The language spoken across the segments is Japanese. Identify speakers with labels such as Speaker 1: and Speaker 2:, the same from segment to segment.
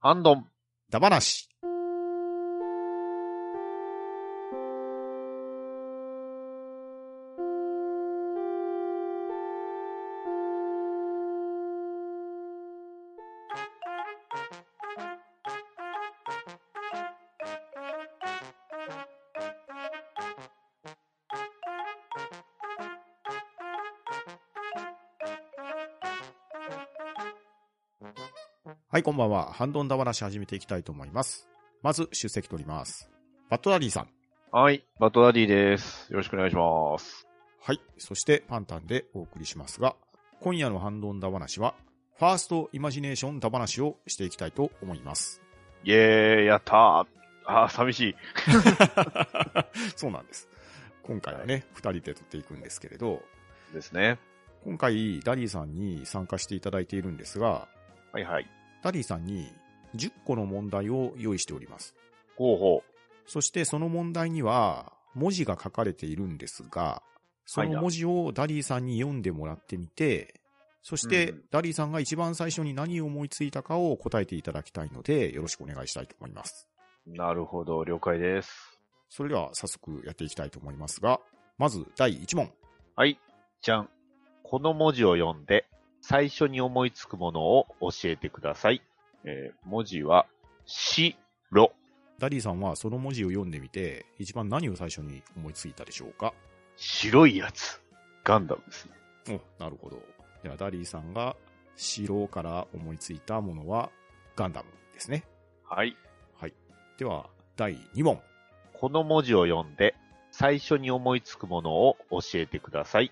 Speaker 1: アンドン。
Speaker 2: ダバナシ。はい、こんばんは。ハンドンダ話始めていきたいと思います。まず、出席取ります。バットダディさん。
Speaker 1: はい。バトダディです。よろしくお願いします。
Speaker 2: はい。そして、パンタンでお送りしますが、今夜のハンドンダ話は、ファーストイマジネーションダ話をしていきたいと思います。
Speaker 1: イェーイ、やったー。あー、寂しい。
Speaker 2: そうなんです。今回はね、二、人で撮っていくんですけれど、
Speaker 1: ですね。
Speaker 2: 今回、ダディさんに参加していただいているんですが、
Speaker 1: はいはい。
Speaker 2: ダディさんに10個の問題を用意しております。
Speaker 1: ほうほ
Speaker 2: そしてその問題には文字が書かれているんですが、その文字をダリーさんに読んでもらってみて、そして
Speaker 1: うん
Speaker 2: ダリーさんが一番最初に何を思いついたかを答えていただきたいので、よろしくお願いしたいと思います。
Speaker 1: う。なるほど、了解です。
Speaker 2: それでは早速やっていきたいと思いますが、まず第1問。
Speaker 1: はい。じゃん。この文字を読んで、最初に思いつくものを教えてください。えー文字は、し、ろ。
Speaker 2: ダリーさんはその文字を読んでみて、一番何を最初に思いついたでしょうか
Speaker 1: 白いやつ。ガンダムですね。
Speaker 2: お、なるほど。ではダリーさんが白から思いついたものはガンダムですね。
Speaker 1: はい。
Speaker 2: はい。では、第2問。
Speaker 1: この文字を読んで、最初に思いつくものを教えてください。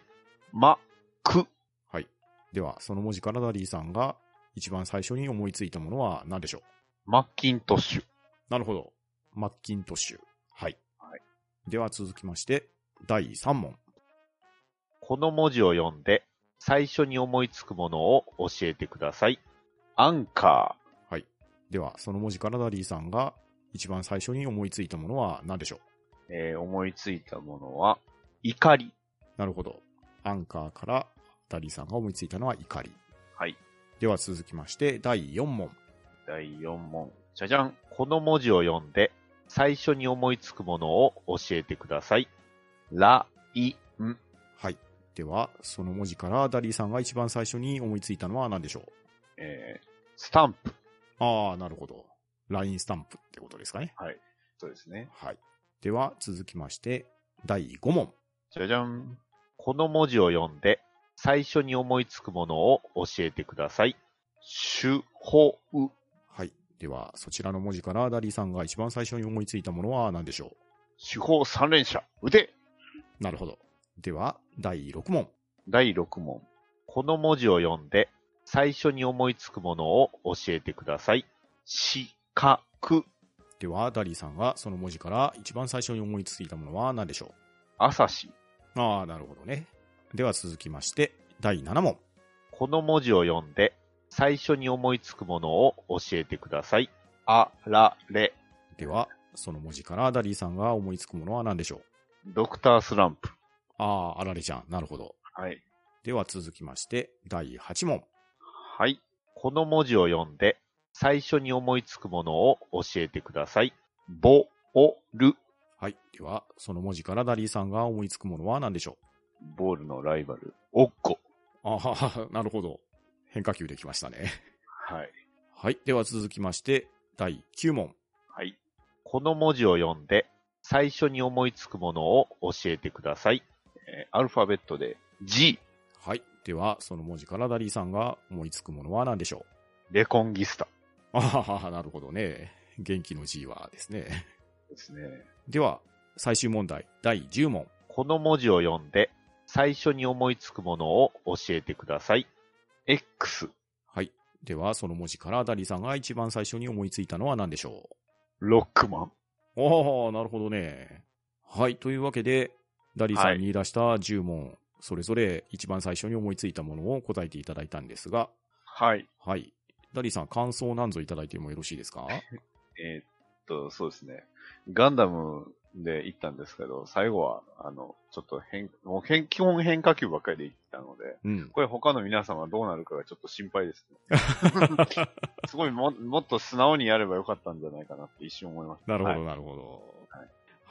Speaker 1: ま、く。
Speaker 2: はい。では、その文字からダリーさんが一番最初に思いついたものは何でしょう
Speaker 1: マッキントッシュ。
Speaker 2: なるほど。マッキントッシュ。はい。
Speaker 1: はい
Speaker 2: では、続きまして、第3問。
Speaker 1: この文字を読んで、最初に思いつくものを教えてください。アンカ
Speaker 2: では、その文字からダリーさんが一番最初に思いついたものは何でしょ
Speaker 1: ー。えー思いついたものは、怒り。
Speaker 2: うなるほど。アンカーからダリーさんが思いついたのは怒り。
Speaker 1: はい。
Speaker 2: では、続きまして、第4問。
Speaker 1: 第4問。じゃじゃん。この文字を読んで、最初に思いつくものを教えてください。ら、い、ん。
Speaker 2: はい。では、その文字からダリーさんが一番最初に思いついたのは何でしょう
Speaker 1: えースタンプ。
Speaker 2: ああ、なるほど。ラインスタンプってことですかね。
Speaker 1: そうですね。
Speaker 2: はい。では、続きまして、第5問。
Speaker 1: じゃじゃん。この文字を読んで、最初に思いつくものを教えてください。手法。
Speaker 2: はい。では、そちらの文字からダリーさんが一番最初に思いついたものは何でしょ
Speaker 1: 手法三連射。腕。
Speaker 2: うなるほど。では、第6問。
Speaker 1: 第6問。この文字を読んで、最初に思いつくものを教えてください。四角。
Speaker 2: では、ダリーさんがその文字から一番最初に思いついたものは何でしょ
Speaker 1: 朝し。
Speaker 2: うああ、なるほどね。では、続きまして、第7問。
Speaker 1: この文字を読んで、最初に思いつくものを教えてください。あられ。
Speaker 2: では、その文字からダリーさんが思いつくものは何でしょう
Speaker 1: ドクタースランプ。
Speaker 2: ああ、あられちゃん。なるほど。
Speaker 1: はい。
Speaker 2: では、続きまして、第8問。
Speaker 1: はい。この文字を読んで、最初に思いつくものを教えてください。ぼ、お、る。
Speaker 2: はい。では、その文字からダリーさんが思いつくものは何でしょ
Speaker 1: ボールのライバル、おっこ。
Speaker 2: うああ、なるほど。変化球できましたね。
Speaker 1: はい。
Speaker 2: はい。では続きまして、第9問。
Speaker 1: はい。この文字を読んで、最初に思いつくものを教えてください。えーアルファベットで、G、
Speaker 2: はい。では、その文字からダリーさんが思いつくものは何でしょ
Speaker 1: レコンギスタ
Speaker 2: うああ、なるほどね。元気の G はですね。
Speaker 1: ですね。
Speaker 2: では、最終問題、第10問。
Speaker 1: この文字を読んで、最初に思いつくものを教えてください。X、
Speaker 2: はい。では、その文字からダリーさんが一番最初に思いついたのは何でしょ
Speaker 1: ロックマン。
Speaker 2: うああ、なるほどね。はい。というわけで、ダリーさんに言い出した10問、それぞれ一番最初に思いついたものを答えていただいたんですが、
Speaker 1: はい。
Speaker 2: はい。ダリーさん、感想なんぞいただいてもよろしいですか
Speaker 1: えーっとそうですね、ガンダムで行ったんですけど、最後は、あの、ちょっと変、もう変、基本変化球ばっかりで行ったので、
Speaker 2: うん。
Speaker 1: これ他の皆様どうなるかがちょっと心配ですね。 すごいも、もっと素直にやればよかったんじゃないかなって一瞬思いました。
Speaker 2: なるほど、
Speaker 1: はい
Speaker 2: なるほど。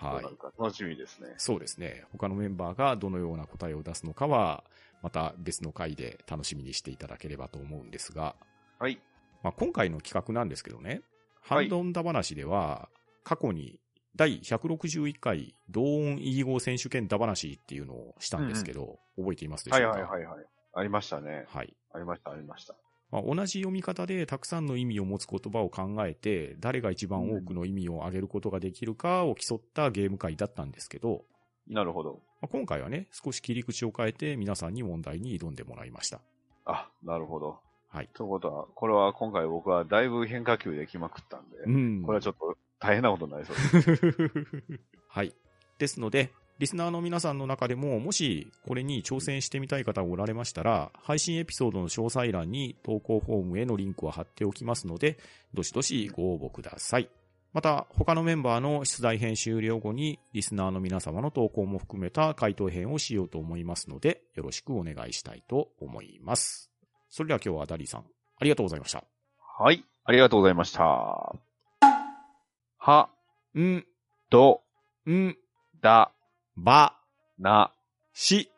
Speaker 1: ど
Speaker 2: は
Speaker 1: う
Speaker 2: い
Speaker 1: なる。か楽しみですね。
Speaker 2: そうですね。他のメンバーがどのような答えを出すのかは、また別の回で楽しみにしていただければと思うんですが、
Speaker 1: はい。
Speaker 2: まあ、今回の企画なんですけどね、
Speaker 1: は
Speaker 2: ハ
Speaker 1: い
Speaker 2: ンドンダ話では、過去に第161回同音異義語選手権ダ話っていうのをしたんですけど、覚えていますでしょ
Speaker 1: は
Speaker 2: う
Speaker 1: い
Speaker 2: か
Speaker 1: はいはいはい。ありましたね。
Speaker 2: はい
Speaker 1: ありました、ありました。
Speaker 2: まあ、同じ読み方でたくさんの意味を持つ言葉を考えて、誰が一番多くの意味を上げることができるかを競ったゲーム会だったんですけど、
Speaker 1: なるほど。
Speaker 2: まあ、今回はね、少し切り口を変えて皆さんに問題に挑んでもらいました。
Speaker 1: あ、なるほど。
Speaker 2: はい。
Speaker 1: ということは、これは今回僕はだいぶ変化球できまくったんで、
Speaker 2: ん
Speaker 1: これはちょっと大変なことになりそうです。
Speaker 2: はい。ですので、リスナーの皆さんの中でも、もしこれに挑戦してみたい方がおられましたら、配信エピソードの詳細欄に投稿フォームへのリンクを貼っておきますので、どしどしご応募ください。また、他のメンバーの出題編終了後に、リスナーの皆様の投稿も含めた回答編をしようと思いますので、よろしくお願いしたいと思います。それでは今日はダリーさん、ありがとうございました。
Speaker 1: はい。ありがとうございました。は、
Speaker 2: ん、
Speaker 1: ど、
Speaker 2: ん、
Speaker 1: だ、
Speaker 2: ば、
Speaker 1: な、
Speaker 2: し、